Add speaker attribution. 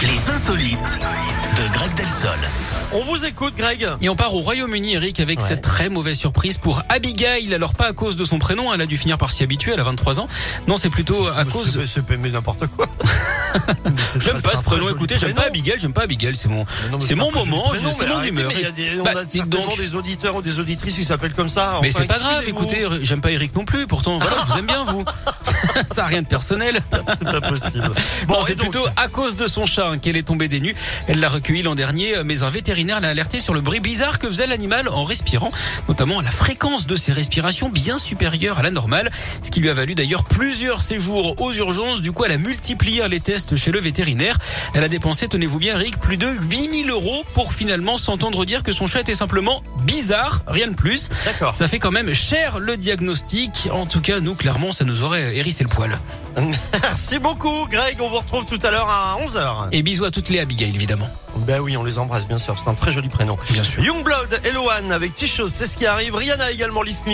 Speaker 1: Les insolites de Greg Delsol.
Speaker 2: On vous écoute, Greg.
Speaker 3: Et on part au Royaume-Uni, Eric, avec
Speaker 2: Ouais.
Speaker 3: cette très mauvaise surprise pour Abigail. Alors pas à cause de son prénom, hein, elle a dû finir par s'y habituer, elle a 23 ans. Non, c'est plutôt à cause...
Speaker 2: C'est- C'est mais n'importe quoi. Mais c'est-
Speaker 3: J'aime
Speaker 2: c'est
Speaker 3: pas
Speaker 2: un
Speaker 3: ce
Speaker 2: très
Speaker 3: prénom,
Speaker 2: joli
Speaker 3: écoutez, j'aime pas
Speaker 2: prénom.
Speaker 3: Abigail, j'aime pas Abigail, c'est mon...
Speaker 2: Mais non, mais
Speaker 3: C'est mon
Speaker 2: un très joli
Speaker 3: moment,
Speaker 2: prénom,
Speaker 3: je-
Speaker 2: mais
Speaker 3: c'est mon
Speaker 2: arrêtez,
Speaker 3: humeur.
Speaker 2: mais il y a des- On
Speaker 3: Bah,
Speaker 2: a
Speaker 3: dites
Speaker 2: certainement
Speaker 3: donc.
Speaker 2: des auditeurs ou des auditrices qui s'appellent comme ça.
Speaker 3: Mais
Speaker 2: Enfin,
Speaker 3: c'est pas grave,
Speaker 2: excusez-vous.
Speaker 3: écoutez, j'aime pas Eric non plus, pourtant, voilà, je vous aime bien, vous. Ça a rien de personnel.
Speaker 2: C'est pas possible.
Speaker 3: Bon,
Speaker 2: et
Speaker 3: c'est
Speaker 2: donc,
Speaker 3: plutôt à cause de son chat hein, qu'elle est tombée des nues. Elle l'a recueilli l'an dernier, euh, mais un vétérinaire l'a alerté sur le bruit bizarre que faisait l'animal en respirant, notamment la fréquence de ses respirations bien supérieure à la normale, ce qui lui a valu d'ailleurs plusieurs séjours aux urgences. Du coup, elle a multiplié les tests chez le vétérinaire. Elle a dépensé, tenez-vous bien Eric, plus de 8000 euros pour finalement s'entendre dire que son chat était simplement bizarre, rien de plus.
Speaker 2: D'accord.
Speaker 3: Ça fait quand même cher le diagnostic. En tout cas, nous, clairement, ça nous aurait hérissé le poil.
Speaker 2: Merci beaucoup, Greg. On vous retrouve tout à l'heure à 11h.
Speaker 3: Et bisous à toutes les Abigail, évidemment.
Speaker 2: Ben oui, on les embrasse, bien sûr. C'est un très joli prénom.
Speaker 3: Bien sûr.
Speaker 2: Youngblood, Eloane avec T-Chose, c'est ce qui arrive. Rihanna également, Lift Me.